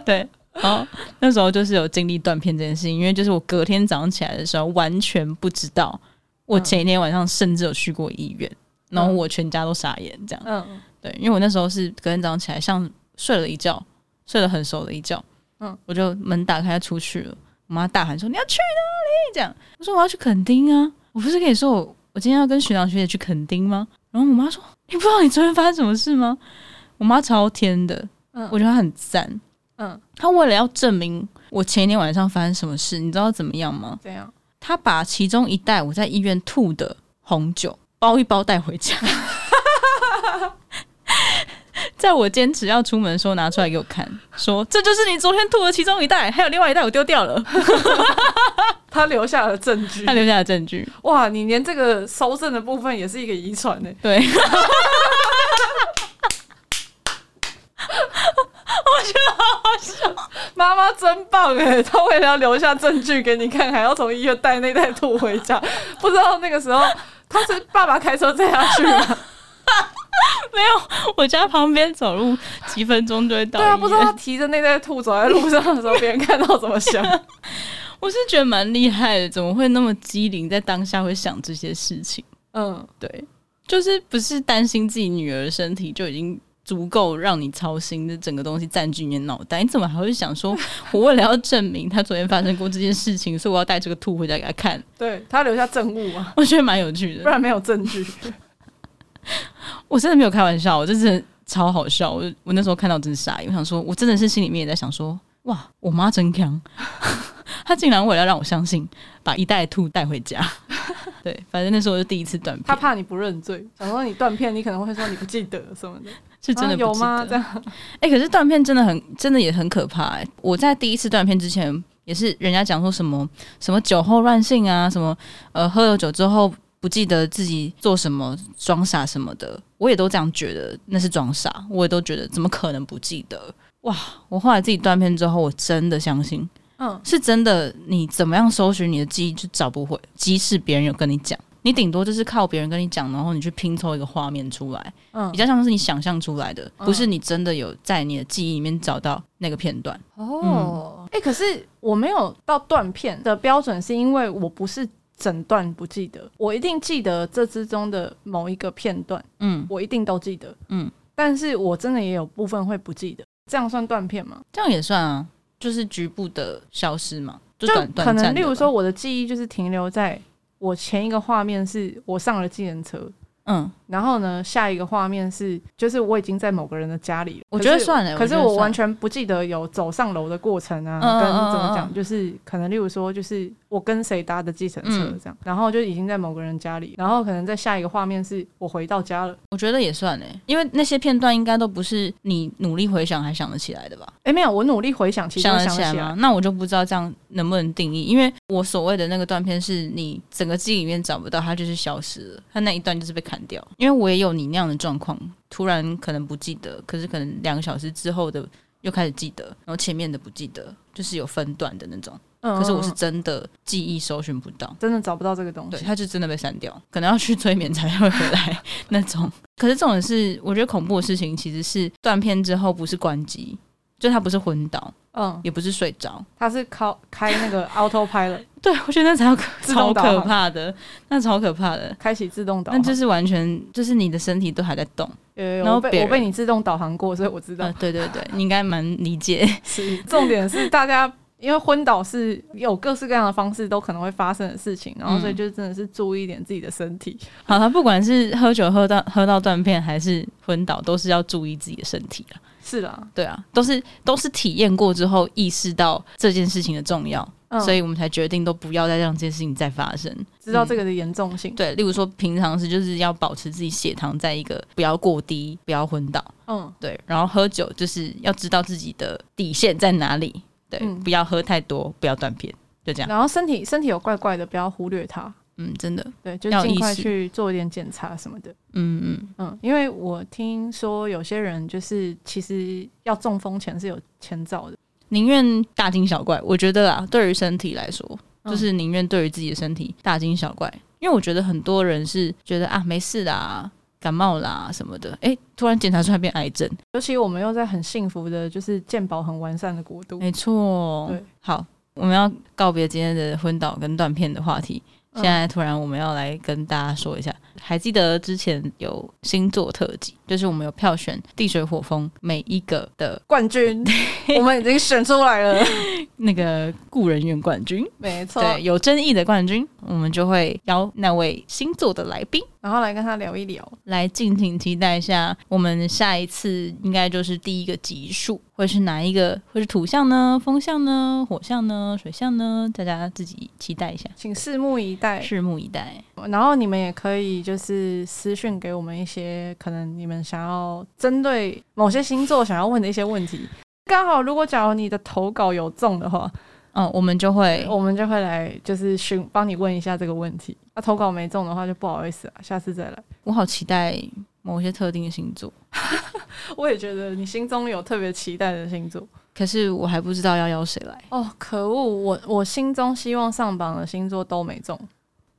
[SPEAKER 1] 对。然后那时候就是有经历断片这件事情，因为就是我隔天早上起来的时候完全不知道，我前一天晚上甚至有去过医院，然后我全家都傻眼这样。
[SPEAKER 2] 嗯
[SPEAKER 1] 对，因为我那时候是隔天早上起来像睡了一觉，睡了很熟的一觉，
[SPEAKER 2] 嗯
[SPEAKER 1] 嗯，我就门打开出去了，我妈大喊说你要去哪里？这样，我说我要去垦丁啊，我不是跟你说我我今天要跟学长学姐去垦丁吗？然然后我妈说：“你不知道你昨天发生什么事吗？”我妈超天的，
[SPEAKER 2] 嗯
[SPEAKER 1] 我觉得她很赞。
[SPEAKER 2] 嗯，
[SPEAKER 1] 她为了要证明我前一天晚上发生什么事，你知道怎么样吗？
[SPEAKER 2] 怎样？
[SPEAKER 1] 她把其中一袋我在医院吐的红酒包一包带回家， 在我坚持要出门的时候拿出来给我看，说：“这就是你昨天吐的其中一袋，还有另外一袋我丢掉 了。
[SPEAKER 2] 他留下了证”据
[SPEAKER 1] 她。留下的证据。
[SPEAKER 2] 哇，你连这个收证的部分也是一个遗传欸呢。
[SPEAKER 1] 对，我 觉得好好笑。
[SPEAKER 2] 妈妈真棒 哎，她为了要留下证据给你看，还要从医院带那袋吐回家。不知道那个时候他是爸爸开车载他去吗？
[SPEAKER 1] 没有，我家旁边走路几分钟就会到。
[SPEAKER 2] 对啊，不知道他。提着那袋吐走在路上的时候，别人看到怎 么想？
[SPEAKER 1] 我是觉得蛮厉害的，怎么会那么机灵，在当下会想这些事情？
[SPEAKER 2] 嗯，
[SPEAKER 1] 对，就是不是担心自己女儿的身体就已经。足够让你操心的整个东西占据你的脑袋，你怎么还会想说， 我为了要证明她昨天发生过这件事情，所以我要带这个图回家给她看？
[SPEAKER 2] 对他留下证物啊，
[SPEAKER 1] 我觉得蛮有趣的
[SPEAKER 2] 不。然没有证据。
[SPEAKER 1] 我真的没有开玩笑，我这真的超好笑。我我那时候看到真傻眼，我想说，我真的是心里面也在想说，哇，我妈真强， 她竟然为了让我相信，把一袋兔带回 家。对，反正那时候就第一次断
[SPEAKER 2] 他
[SPEAKER 1] 片，
[SPEAKER 2] 怕你不认罪，想说你断片，你可能会说你不记得什么的。
[SPEAKER 1] 是真的
[SPEAKER 2] 啊有
[SPEAKER 1] 不记得。
[SPEAKER 2] 吗？这样
[SPEAKER 1] 哎、可是断片真的很，真的也很可怕、欸。我在第一次断片之前，也是人家讲说什么什么酒后乱性啊，什么呃喝了酒之后不记得自己做什么装傻什么的，我也都这样觉得那是装傻，我也都觉得怎么可能不记得？哇！我后来自己断片之后，我真的相信
[SPEAKER 2] 嗯，
[SPEAKER 1] 是真的。你怎么样搜寻你的记忆就找不回，即使别人有跟你讲，你顶多就是靠别人跟你讲，然后你去拼凑一个画面出来。
[SPEAKER 2] 嗯
[SPEAKER 1] 比较像是你想象出来的，
[SPEAKER 2] 嗯
[SPEAKER 1] 不是你真的有在你的记忆里面找到那个片段。嗯
[SPEAKER 2] 哦，哎、可是我没有到断片的标准，是因为我不是整段不记得，我一定记得这之中的某一个片段，
[SPEAKER 1] 嗯，
[SPEAKER 2] 我一定都记得。
[SPEAKER 1] 嗯，
[SPEAKER 2] 但是我真的也有部分会不记得，这样算断片吗？
[SPEAKER 1] 这样也算啊，就是局部的消失嘛，就
[SPEAKER 2] 就
[SPEAKER 1] 短
[SPEAKER 2] 可
[SPEAKER 1] 短暂的吧。
[SPEAKER 2] 能，例如说，我的记忆就是停留在我前一个画面是我上了计程车。
[SPEAKER 1] 嗯，
[SPEAKER 2] 然后呢，下一个画面是，就是我已经在某个人的家里了。
[SPEAKER 1] 我
[SPEAKER 2] 可
[SPEAKER 1] 觉得
[SPEAKER 2] 是
[SPEAKER 1] 算了
[SPEAKER 2] 可
[SPEAKER 1] 我
[SPEAKER 2] 是
[SPEAKER 1] 觉得
[SPEAKER 2] 我
[SPEAKER 1] 算
[SPEAKER 2] 完全不记得有走上楼的过程啊，
[SPEAKER 1] 嗯
[SPEAKER 2] 跟
[SPEAKER 1] 嗯
[SPEAKER 2] 怎么
[SPEAKER 1] 嗯嗯
[SPEAKER 2] 讲，就是可能例如说，就是我跟谁搭的计程车
[SPEAKER 1] 嗯
[SPEAKER 2] 这样，然后就已经在某个人家里，然后可能在下一个画面是我回到家了。
[SPEAKER 1] 我觉得也算嘞，因为那些片段应该都不是你努力回想还想得起来的吧？
[SPEAKER 2] 哎，没有，我努力回想，其实我
[SPEAKER 1] 得
[SPEAKER 2] 想
[SPEAKER 1] 起
[SPEAKER 2] 得
[SPEAKER 1] 来
[SPEAKER 2] 起
[SPEAKER 1] 吗
[SPEAKER 2] 来。？
[SPEAKER 1] 那我就不知道这样能不能定义，因为我所谓的那个断片是你整个记忆里面找不到，它就是消失了，它那一段就是被砍掉。因为我也有你那样的状况，突然可能不记得，可是可能两个小时之后的又开始记得，然后前面的不记得，就是有分段的那种。
[SPEAKER 2] 嗯
[SPEAKER 1] 可是我是
[SPEAKER 2] 嗯嗯
[SPEAKER 1] 真的记忆搜寻不到。
[SPEAKER 2] 真的找不到这个东
[SPEAKER 1] 哦对，
[SPEAKER 2] 西。
[SPEAKER 1] 它就真的被删掉，可能要去催眠才会回 来那种。可是这种是，我觉得恐怖的事情其实是断片之后不是关机，就它不是昏倒，
[SPEAKER 2] 嗯，
[SPEAKER 1] 也不是睡着，
[SPEAKER 2] 他是靠开那个 autopilot
[SPEAKER 1] 对，我觉得那才有可
[SPEAKER 2] 自
[SPEAKER 1] 超
[SPEAKER 2] 动导航
[SPEAKER 1] 可怕的，那超可怕的，
[SPEAKER 2] 开启自动导
[SPEAKER 1] 那
[SPEAKER 2] 航，
[SPEAKER 1] 就是完全就是你的身体都还在动。
[SPEAKER 2] 有有有
[SPEAKER 1] 然后
[SPEAKER 2] 我
[SPEAKER 1] 别
[SPEAKER 2] 被我
[SPEAKER 1] 人
[SPEAKER 2] 被你自动导航过，所以我知道
[SPEAKER 1] 呃，。对对对，你应该蛮理解。
[SPEAKER 2] 是， 重点是大家因为昏倒是有各式各样的方式都可能会发生的事情，然后所以就真的是注意一点自己的身体。
[SPEAKER 1] 好了，不管是喝酒喝到喝到断片，还是昏倒，都是要注意自己的身体啊。
[SPEAKER 2] 是啦，
[SPEAKER 1] 对啊，都是都是体验过之后意识到这件事情的重要，
[SPEAKER 2] 嗯
[SPEAKER 1] 所以我们才决定都不要再让这件事情再发生。
[SPEAKER 2] 知道这个的严重性。
[SPEAKER 1] 对，例如说平常时就是要保持自己血糖在一个不要过低，不要昏倒。
[SPEAKER 2] 嗯
[SPEAKER 1] 对，然后喝酒就是要知道自己的底线在哪里，对，
[SPEAKER 2] 嗯
[SPEAKER 1] 不要喝太多，不要断片，就这样。
[SPEAKER 2] 然后身体身体有怪怪的，不要忽略它。
[SPEAKER 1] 嗯，真的，
[SPEAKER 2] 对，就
[SPEAKER 1] 要有
[SPEAKER 2] 尽
[SPEAKER 1] 意
[SPEAKER 2] 快
[SPEAKER 1] 识
[SPEAKER 2] 去做一点检查什么的。
[SPEAKER 1] 嗯嗯，
[SPEAKER 2] 嗯，因为我听说有些人就是其实要中风前是有前兆的。
[SPEAKER 1] 宁愿大惊小怪，我觉得啦，对于身体来说，
[SPEAKER 2] 嗯
[SPEAKER 1] 就是宁愿对于自己的身体大惊小怪，因为我觉得很多人是觉得啊没事啦，感冒啦什么的，诶，突然检查出来变癌症，
[SPEAKER 2] 尤其我们又在很幸福的，就是健保很完善的国 度。
[SPEAKER 1] 没错
[SPEAKER 2] 对，
[SPEAKER 1] 好，我们要告别今天的昏倒跟断片的话题。现在突然我们要来跟大家说一下，还记得之前有星座特辑，就是我们有票选地水火风每一个的
[SPEAKER 2] 冠军，我们已经选出来了。
[SPEAKER 1] 那个故人院冠军，
[SPEAKER 2] 没错。
[SPEAKER 1] 对，有争议的冠军，我们就会邀那位星座的来宾。
[SPEAKER 2] 然后来跟他聊一聊，
[SPEAKER 1] 来敬请期待一下，我们下一次应该就是第一个集数，会是哪一个？会是土象呢？风象呢？火象呢？水象呢？大家自己期待一下，
[SPEAKER 2] 请拭目以待。
[SPEAKER 1] 拭目以待。
[SPEAKER 2] 然后你们也可以就是私讯给我们一些可能你们想要针对某些星座想要问的一些问题。刚好，如果假如你的投稿有中的话，
[SPEAKER 1] 嗯，我们就会
[SPEAKER 2] 我们就会来就是询帮你问一下这个问题。那、投稿没中的话，就不好意思啊，下次再来。
[SPEAKER 1] 我好期待某些特定的星座，
[SPEAKER 2] 我也觉得你心中有特别期待的星座
[SPEAKER 1] 可是我还不知道要邀谁来。
[SPEAKER 2] 哦，可恶！我我心中希望上榜的星座都没中，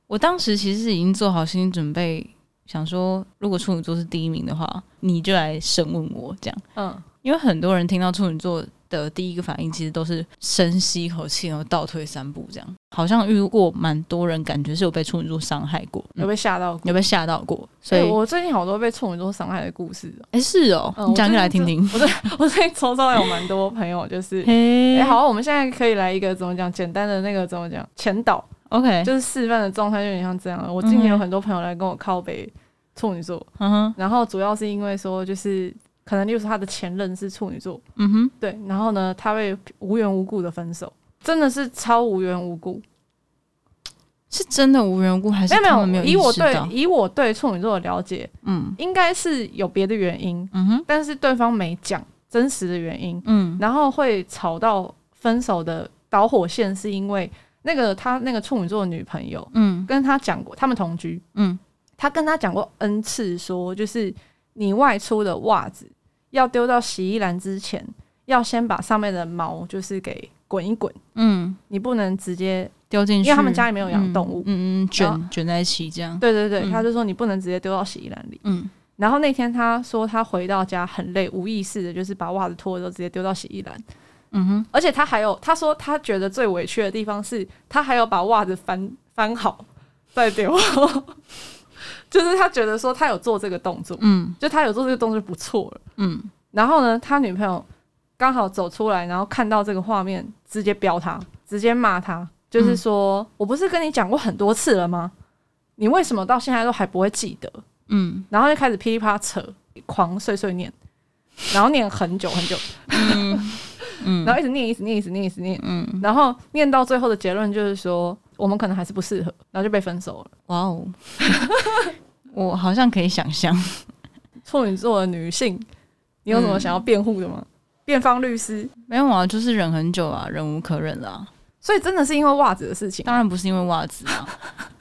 [SPEAKER 1] 我当时其实已经做好心理准备，想说如果处女座是第一名的话，你就来审问我这样。
[SPEAKER 2] 嗯，
[SPEAKER 1] 因为很多人听到处女座的第一个反应，其实都是深吸一口气，然后倒退三步，这样好像遇过蛮多人，感觉是有被处女座伤害过，
[SPEAKER 2] 有被吓到过。
[SPEAKER 1] 有被吓到过，所
[SPEAKER 2] 所
[SPEAKER 1] 以
[SPEAKER 2] 以我最近好多被处女座伤害的故事哦、
[SPEAKER 1] 哎、是哦，
[SPEAKER 2] 嗯
[SPEAKER 1] 你 讲一个来听听。
[SPEAKER 2] 我最近周遭有蛮多朋友，就是哎、
[SPEAKER 1] 嘿
[SPEAKER 2] 好，我们现在可以来一个怎么讲简单的那个怎么讲前导，
[SPEAKER 1] ，OK，
[SPEAKER 2] 就是示范的状态，有点像这样的。我今年有很多朋友来跟我靠北处女座，
[SPEAKER 1] 嗯哼，
[SPEAKER 2] 然后主要是因为说就是可能例如说他的前任是处女座，
[SPEAKER 1] 嗯哼，
[SPEAKER 2] 对，然后呢他被无缘无故的分手，真的是超无缘无故。
[SPEAKER 1] 是真的无缘无故还是
[SPEAKER 2] 没有
[SPEAKER 1] 他们
[SPEAKER 2] 没
[SPEAKER 1] 没
[SPEAKER 2] 有，
[SPEAKER 1] 有
[SPEAKER 2] 以
[SPEAKER 1] 意
[SPEAKER 2] 我
[SPEAKER 1] 识
[SPEAKER 2] 对
[SPEAKER 1] 到？
[SPEAKER 2] 以我对处女座的了解，
[SPEAKER 1] 嗯
[SPEAKER 2] 应该是有别的原因，
[SPEAKER 1] 嗯哼，
[SPEAKER 2] 但是对方没讲真实的原因，
[SPEAKER 1] 嗯
[SPEAKER 2] 然后会吵到分手的导火线，是因为那个他那个处女座的女朋友
[SPEAKER 1] 嗯
[SPEAKER 2] 跟他讲过，他们同居，
[SPEAKER 1] 嗯，
[SPEAKER 2] 他跟他讲过 n 次说，就是你外出的袜子要丢到洗衣篮之前，要先把上面的毛就是给滚一滚，
[SPEAKER 1] 嗯，
[SPEAKER 2] 你不能直接，
[SPEAKER 1] 丢进去，
[SPEAKER 2] 因为他们家里没有养动物
[SPEAKER 1] 嗯嗯嗯，
[SPEAKER 2] 然
[SPEAKER 1] 卷卷在一起这样，
[SPEAKER 2] 对对对，
[SPEAKER 1] 嗯
[SPEAKER 2] 他就说你不能直接丢到洗衣篮里。
[SPEAKER 1] 嗯
[SPEAKER 2] 然后那天他说他回到家很累，无意识的就是把袜子脱了之后直接丢到洗衣篮。
[SPEAKER 1] 嗯哼，
[SPEAKER 2] 而且他还有，他说他觉得最委屈的地方是，他还有把袜子翻翻好再丢，就是他觉得说他有做这个动作，
[SPEAKER 1] 嗯
[SPEAKER 2] 就他有做这个动作就不错了。
[SPEAKER 1] 嗯，
[SPEAKER 2] 然后呢，他女朋友刚好走出来，然后看到这个画面，直接飙他，直接骂他，就是说、我不是跟你讲过很多次了吗？你为什么到现在都还不会记得？
[SPEAKER 1] 嗯
[SPEAKER 2] 然后就开始噼里啪啦扯，狂碎碎念，然后念很久很久，
[SPEAKER 1] 嗯
[SPEAKER 2] 然后一直念，一直念，一直念，一直念。
[SPEAKER 1] 嗯，
[SPEAKER 2] 然后念到最后的结论就是说，我们可能还是不适合，然后就被分手了。
[SPEAKER 1] 哇哦， 我好像可以想象。
[SPEAKER 2] 处女座的女性，你有什么想要辩护的吗？嗯辩方律师，
[SPEAKER 1] 没有啊，就是忍很久啊，忍无可忍了啊、
[SPEAKER 2] 所以真的是因为袜子的事情。
[SPEAKER 1] 当然不是因为袜子啊，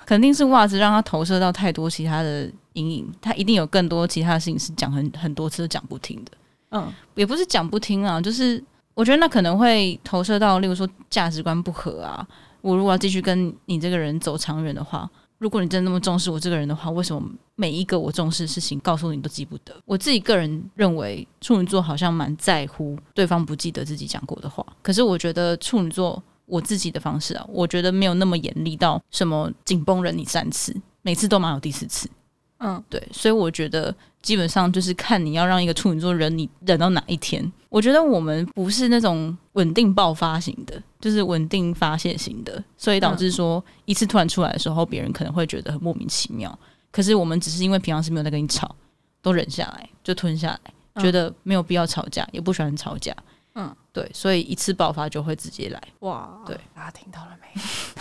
[SPEAKER 1] 肯定是袜子让他投射到太多其他的阴影，他一定有更多其他的事情是讲很很多次都讲不听的，
[SPEAKER 2] 嗯，
[SPEAKER 1] 也不是讲不听啊，就是我觉得那可能会投射到，例如说价值观不合啊。我如果要继续跟你这个人走长远的话，如果你真的那么重视我这个人的话，为什么每一个我重视的事情告诉你都记不得？我自己个人认为，处女座好像蛮在乎对方不记得自己讲过的话。可是我觉得处女座我自己的方式啊，我觉得没有那么严厉到什么紧绷忍你三次，每次都蛮有第四次。
[SPEAKER 2] 嗯，
[SPEAKER 1] 对，所以我觉得基本上就是看你要让一个处女座忍你忍到哪一天。我觉得我们不是那种稳定爆发型的，就是稳定发泄型的，所
[SPEAKER 2] 嗯
[SPEAKER 1] 以导致说一次突然出来的时候，别人可能会觉得很莫名其妙。可是我们只是因为平常是没有在跟你吵，都忍下来，就吞下来，
[SPEAKER 2] 嗯
[SPEAKER 1] 觉得没有必要吵架，也不喜欢吵架。
[SPEAKER 2] 嗯，
[SPEAKER 1] 对，所以一次爆发就会直接来，
[SPEAKER 2] 哇，
[SPEAKER 1] 对，
[SPEAKER 2] 大家听到了没？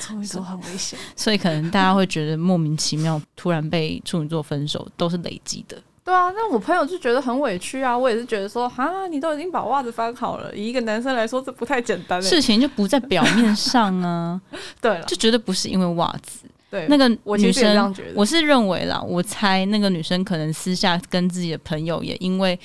[SPEAKER 2] 处女座很危险。
[SPEAKER 1] 所以可能大家会觉得莫名其妙，突然被处女座分手都是累积的。
[SPEAKER 2] 对啊，那我朋友就觉得很委屈啊，我也是觉得说，哈，你都已经把袜子翻好了，以一个男生来说，这不太简单欸。
[SPEAKER 1] 事情就不在表面上 啊，
[SPEAKER 2] 对了，
[SPEAKER 1] 就绝对不是因为袜子。
[SPEAKER 2] 对，
[SPEAKER 1] 那个
[SPEAKER 2] 我
[SPEAKER 1] 女
[SPEAKER 2] 其实也这样
[SPEAKER 1] 生，
[SPEAKER 2] 觉得。
[SPEAKER 1] 我是认为啦，我猜那个女生可能私下跟自己的朋友也因为。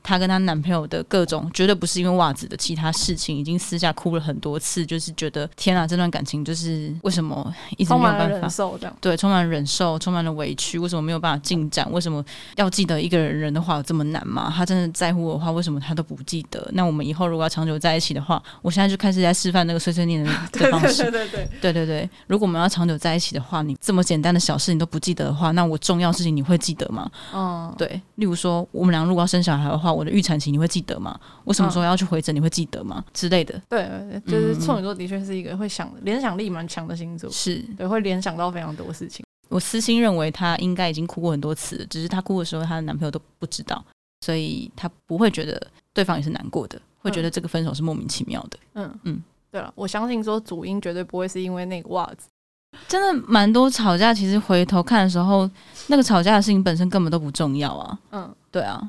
[SPEAKER 1] 她跟她男朋友的各种，绝对不是因为袜子的其他事情，已经私下哭了很多次，就是觉得天啊，这段感情就是为什么一直
[SPEAKER 2] 充
[SPEAKER 1] 没有
[SPEAKER 2] 满了
[SPEAKER 1] 办
[SPEAKER 2] 忍
[SPEAKER 1] 法，
[SPEAKER 2] 受，这样
[SPEAKER 1] 对，充满了忍受，充满了委屈，为什么没有办法进展？为什么要记得一个人的话有这么难吗？他真的在乎我的话，为什么他都不记得？那我们以后如果要长久在一起的话，我现在就开始在示范那个碎碎 念的
[SPEAKER 2] 对
[SPEAKER 1] 的方
[SPEAKER 2] 对
[SPEAKER 1] 式
[SPEAKER 2] 对。对对，
[SPEAKER 1] 对对对，如果我们要长久在一起的话，你这么简单的小事你都不记得的话，那我重要事情你会记得吗？
[SPEAKER 2] 嗯，
[SPEAKER 1] 对，例如说我们俩如果要生小孩的话，我我的预产期你会记得吗？我什么时候要去回诊你会记得吗？之类的，
[SPEAKER 2] 对，就是
[SPEAKER 1] 嗯
[SPEAKER 2] 处女座的确是一个会想联想力蛮强的星座，
[SPEAKER 1] 是
[SPEAKER 2] 对，会联想到非常多事情。
[SPEAKER 1] 我私心认为她应该已经哭过很多次了，只是她哭的时候，她的男朋友都不知道，所以她不会觉得对方也是难过的，会觉得这个分手是莫名其妙的。
[SPEAKER 2] 嗯
[SPEAKER 1] 嗯
[SPEAKER 2] 嗯，对了，我相信说主因绝对不会是因为那个袜子，
[SPEAKER 1] 真的蛮多吵架，其实回头看的时候，那个吵架的事情本身根本都不重要啊。
[SPEAKER 2] 嗯，
[SPEAKER 1] 对啊，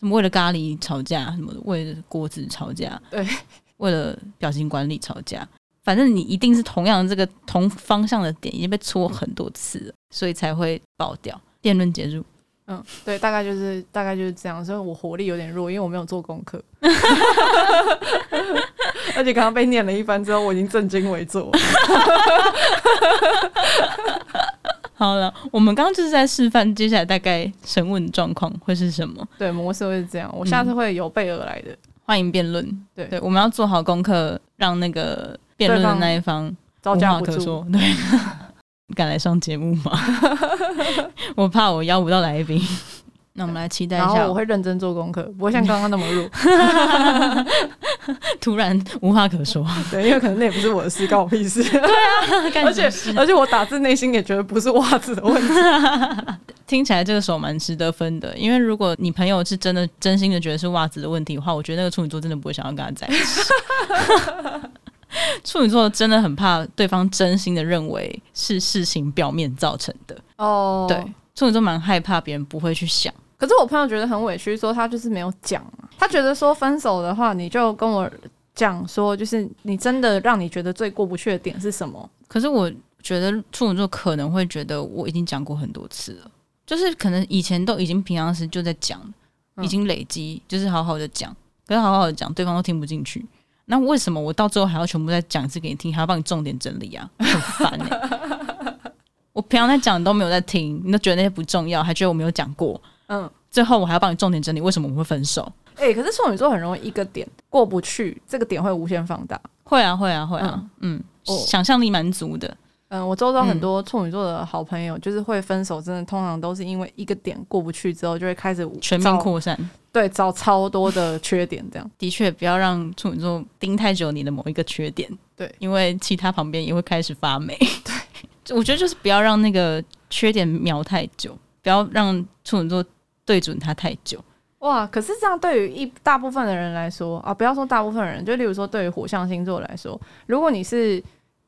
[SPEAKER 1] 什么为了咖喱吵架，什么为了锅子吵架，
[SPEAKER 2] 对，
[SPEAKER 1] 为了表情管理吵架，反正你一定是同样这个同方向的点已经被戳很多次了，所以才会爆掉。辩论结束，
[SPEAKER 2] 嗯，对，大概就是大概就是这样，所以我活力有点弱，因为我没有做功课， 而且刚刚被念了一番之后，我已经震惊为坐。
[SPEAKER 1] 好了，我们刚刚就是在示范接下来大概审问状况会是什么，
[SPEAKER 2] 对，模式会是这样，我下
[SPEAKER 1] 嗯
[SPEAKER 2] 次会有备而来的。
[SPEAKER 1] 欢迎辩论。
[SPEAKER 2] 对
[SPEAKER 1] 对，我们要做好功课，让那个辩论的那一方
[SPEAKER 2] 招
[SPEAKER 1] 无
[SPEAKER 2] 架
[SPEAKER 1] 话
[SPEAKER 2] 不
[SPEAKER 1] 可
[SPEAKER 2] 住，
[SPEAKER 1] 说，对， 敢来上节目吗？ 我怕我邀不到来宾。那我们来期待一
[SPEAKER 2] 然后
[SPEAKER 1] 下
[SPEAKER 2] 我，会认真做功课，不会像刚刚那么弱。
[SPEAKER 1] 突然无话可 说，
[SPEAKER 2] 对，因为可能那也不是我的事，关我屁事。
[SPEAKER 1] 干
[SPEAKER 2] 而
[SPEAKER 1] 什
[SPEAKER 2] 且
[SPEAKER 1] 么事
[SPEAKER 2] 而且我打字内心也觉得不是袜子的问题。
[SPEAKER 1] 听起来这个手蛮值得分的，因为如果你朋友是真的真心的觉得是袜子的问题的话，我觉得那个处女座真的不会想要跟他在一起。 处女座真的很怕对方真心的认为是事情表面造成的，
[SPEAKER 2] 哦
[SPEAKER 1] 对，处女座蛮害怕别人不会去想。
[SPEAKER 2] 可是我朋友觉得很委屈，说他就是没有讲啊。他觉得说分手的话，你就跟我讲说，就是你真的让你觉得最过不去的点是什么？
[SPEAKER 1] 可是我觉得处女座可能会觉得我已经讲过很多次了，就是可能以前都已经平常时就在讲，
[SPEAKER 2] 嗯
[SPEAKER 1] 已经累积，就是好好的讲，可是好好的讲，对方都听不进去。那为什么我到最后还要全部再讲一次给你听，还要帮你重点整理啊？很烦哎、 我平常在讲你都没有在听，你都觉得那些不重要，还觉得我没有讲过，
[SPEAKER 2] 嗯，
[SPEAKER 1] 最后我还要帮你重点整理，为什么我们会分手？
[SPEAKER 2] 诶、可是处女座很容易一个点过不去，这个点会无限放大。
[SPEAKER 1] 会啊，会啊，会啊，嗯，
[SPEAKER 2] 我
[SPEAKER 1] 想象力蛮足的，
[SPEAKER 2] 嗯，我周遭很多处女座的好朋友，就是会分手，真的通常都是因为一个点过不去之后，就会开始
[SPEAKER 1] 全
[SPEAKER 2] 找
[SPEAKER 1] 面扩散。
[SPEAKER 2] 对找超多的缺点，这样
[SPEAKER 1] 的确不要让处女座盯太久你的某一个缺点，
[SPEAKER 2] 对
[SPEAKER 1] 因为其他旁边也会开始发霉。 对，我觉得就是不要让那个缺点瞄太久，不要让处女座对准它太久。
[SPEAKER 2] 哇！可是这样对于一大部分的人来说啊，不要说大部分人，就例如说对于火象星座来说，如果你是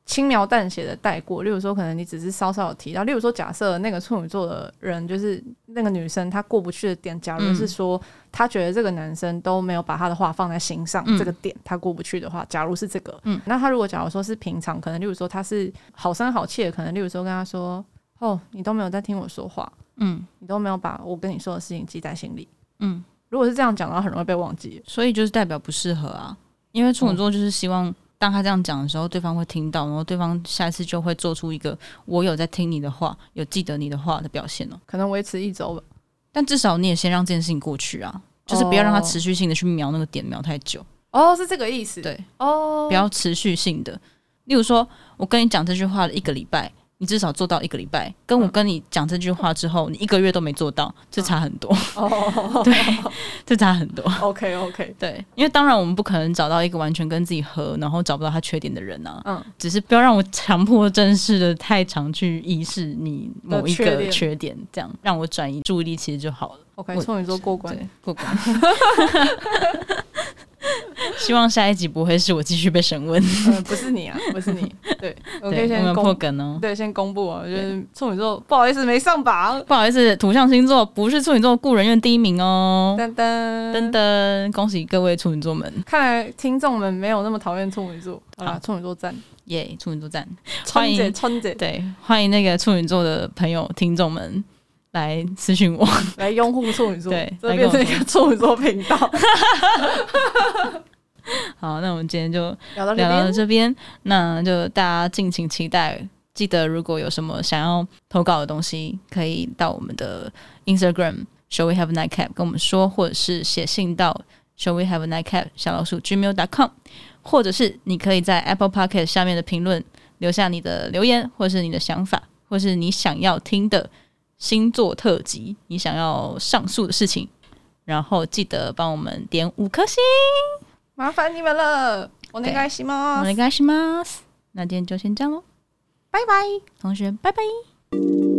[SPEAKER 2] 轻描淡写的带过，例如说可能你只是稍稍有提到，例如说假设那个处女座的人就是那个女生她过不去的点，假如
[SPEAKER 1] 嗯
[SPEAKER 2] 是说她觉得这个男生都没有把她的话放在心上，
[SPEAKER 1] 嗯
[SPEAKER 2] 这个点她过不去的话，假如是这个，
[SPEAKER 1] 嗯
[SPEAKER 2] 嗯，那她如果假如说是平常，可能例如说她是好声好气的，可能例如说跟她说，哦，你都没有在听我说话，
[SPEAKER 1] 嗯
[SPEAKER 2] 你都没有把我跟你说的事情记在心里。
[SPEAKER 1] 嗯，
[SPEAKER 2] 如果是这样讲的话，很容易被忘记。
[SPEAKER 1] 所以就是代表不适合啊，因为处女座就是希望当他这样讲的时候，对方会听到，然后对方下一次就会做出一个我有在听你的话，有记得你的话的表现哦、
[SPEAKER 2] 可能维持一周吧。
[SPEAKER 1] 但至少你也先让这件事情过去啊，就是不要让它
[SPEAKER 2] 哦
[SPEAKER 1] 持续性的去瞄那个点瞄太久。
[SPEAKER 2] 哦，是这个意思。
[SPEAKER 1] 对，
[SPEAKER 2] 哦，
[SPEAKER 1] 不要持续性的。例如说，我跟你讲这句话了一个礼拜，你至少做到一个礼拜，跟我
[SPEAKER 2] 嗯
[SPEAKER 1] 跟你讲这句话之后，你一个月都没做到，这差很多，
[SPEAKER 2] 哦，
[SPEAKER 1] 对，这差很 多。
[SPEAKER 2] ，OK OK，
[SPEAKER 1] 对，因为当然我们不可能找到一个完全跟自己合，然后找不到他缺点的人啊。
[SPEAKER 2] 嗯，
[SPEAKER 1] 只是不要让我强迫症式的太常去意识你某一
[SPEAKER 2] 的缺
[SPEAKER 1] 个
[SPEAKER 2] 点
[SPEAKER 1] 缺点，这样让我转移注意力其实就好了。
[SPEAKER 2] ，OK，
[SPEAKER 1] 我
[SPEAKER 2] 处女座过关。
[SPEAKER 1] 对，过关。 希望下一集不会是我继续被审问。
[SPEAKER 2] 嗯，不是你啊，不是你。对，我可
[SPEAKER 1] 对我们
[SPEAKER 2] 以先
[SPEAKER 1] 破
[SPEAKER 2] 公，
[SPEAKER 1] 梗哦。
[SPEAKER 2] 对，先公布啊，就是处女座，不好意思，没上榜。
[SPEAKER 1] 不好意思，土象星座不是处女座故人院第一名哦。
[SPEAKER 2] 噔噔
[SPEAKER 1] 噔，噔，恭喜各位处女座们，
[SPEAKER 2] 看来听众们没有那么讨厌处女座
[SPEAKER 1] 好
[SPEAKER 2] 啊，处女座赞，
[SPEAKER 1] 耶、处女座赞！欢
[SPEAKER 2] 川
[SPEAKER 1] 迎
[SPEAKER 2] 姐，川姐
[SPEAKER 1] 对，欢迎那个处女座的朋友、听众们来私讯我。
[SPEAKER 2] 来拥护处女座，
[SPEAKER 1] 对
[SPEAKER 2] 这
[SPEAKER 1] 来跟
[SPEAKER 2] 变
[SPEAKER 1] 我
[SPEAKER 2] 成一个处女座频道。
[SPEAKER 1] 好，那我们今天就
[SPEAKER 2] 聊到这
[SPEAKER 1] 聊到
[SPEAKER 2] 边，
[SPEAKER 1] 这边，那就大家敬请期待。记得如果有什么想要投稿的东西，可以到我们的 Instagram Shall We Have a Nightcap 跟我们说，或者是写信到 Shall We Have a Nightcap 小老鼠 gmail.com，或者是你可以在 Apple Pocket 下面的评论留下你的留言，或是你的想法，或是你想要听的星座特辑，你想要上述的事情。然后记得帮我们点五颗星。
[SPEAKER 2] 麻烦你们了，我那个西
[SPEAKER 1] 我
[SPEAKER 2] 吗？
[SPEAKER 1] 们该します。那今天就先这样喽，
[SPEAKER 2] 拜拜。
[SPEAKER 1] 同学，拜拜。
[SPEAKER 2] 拜拜。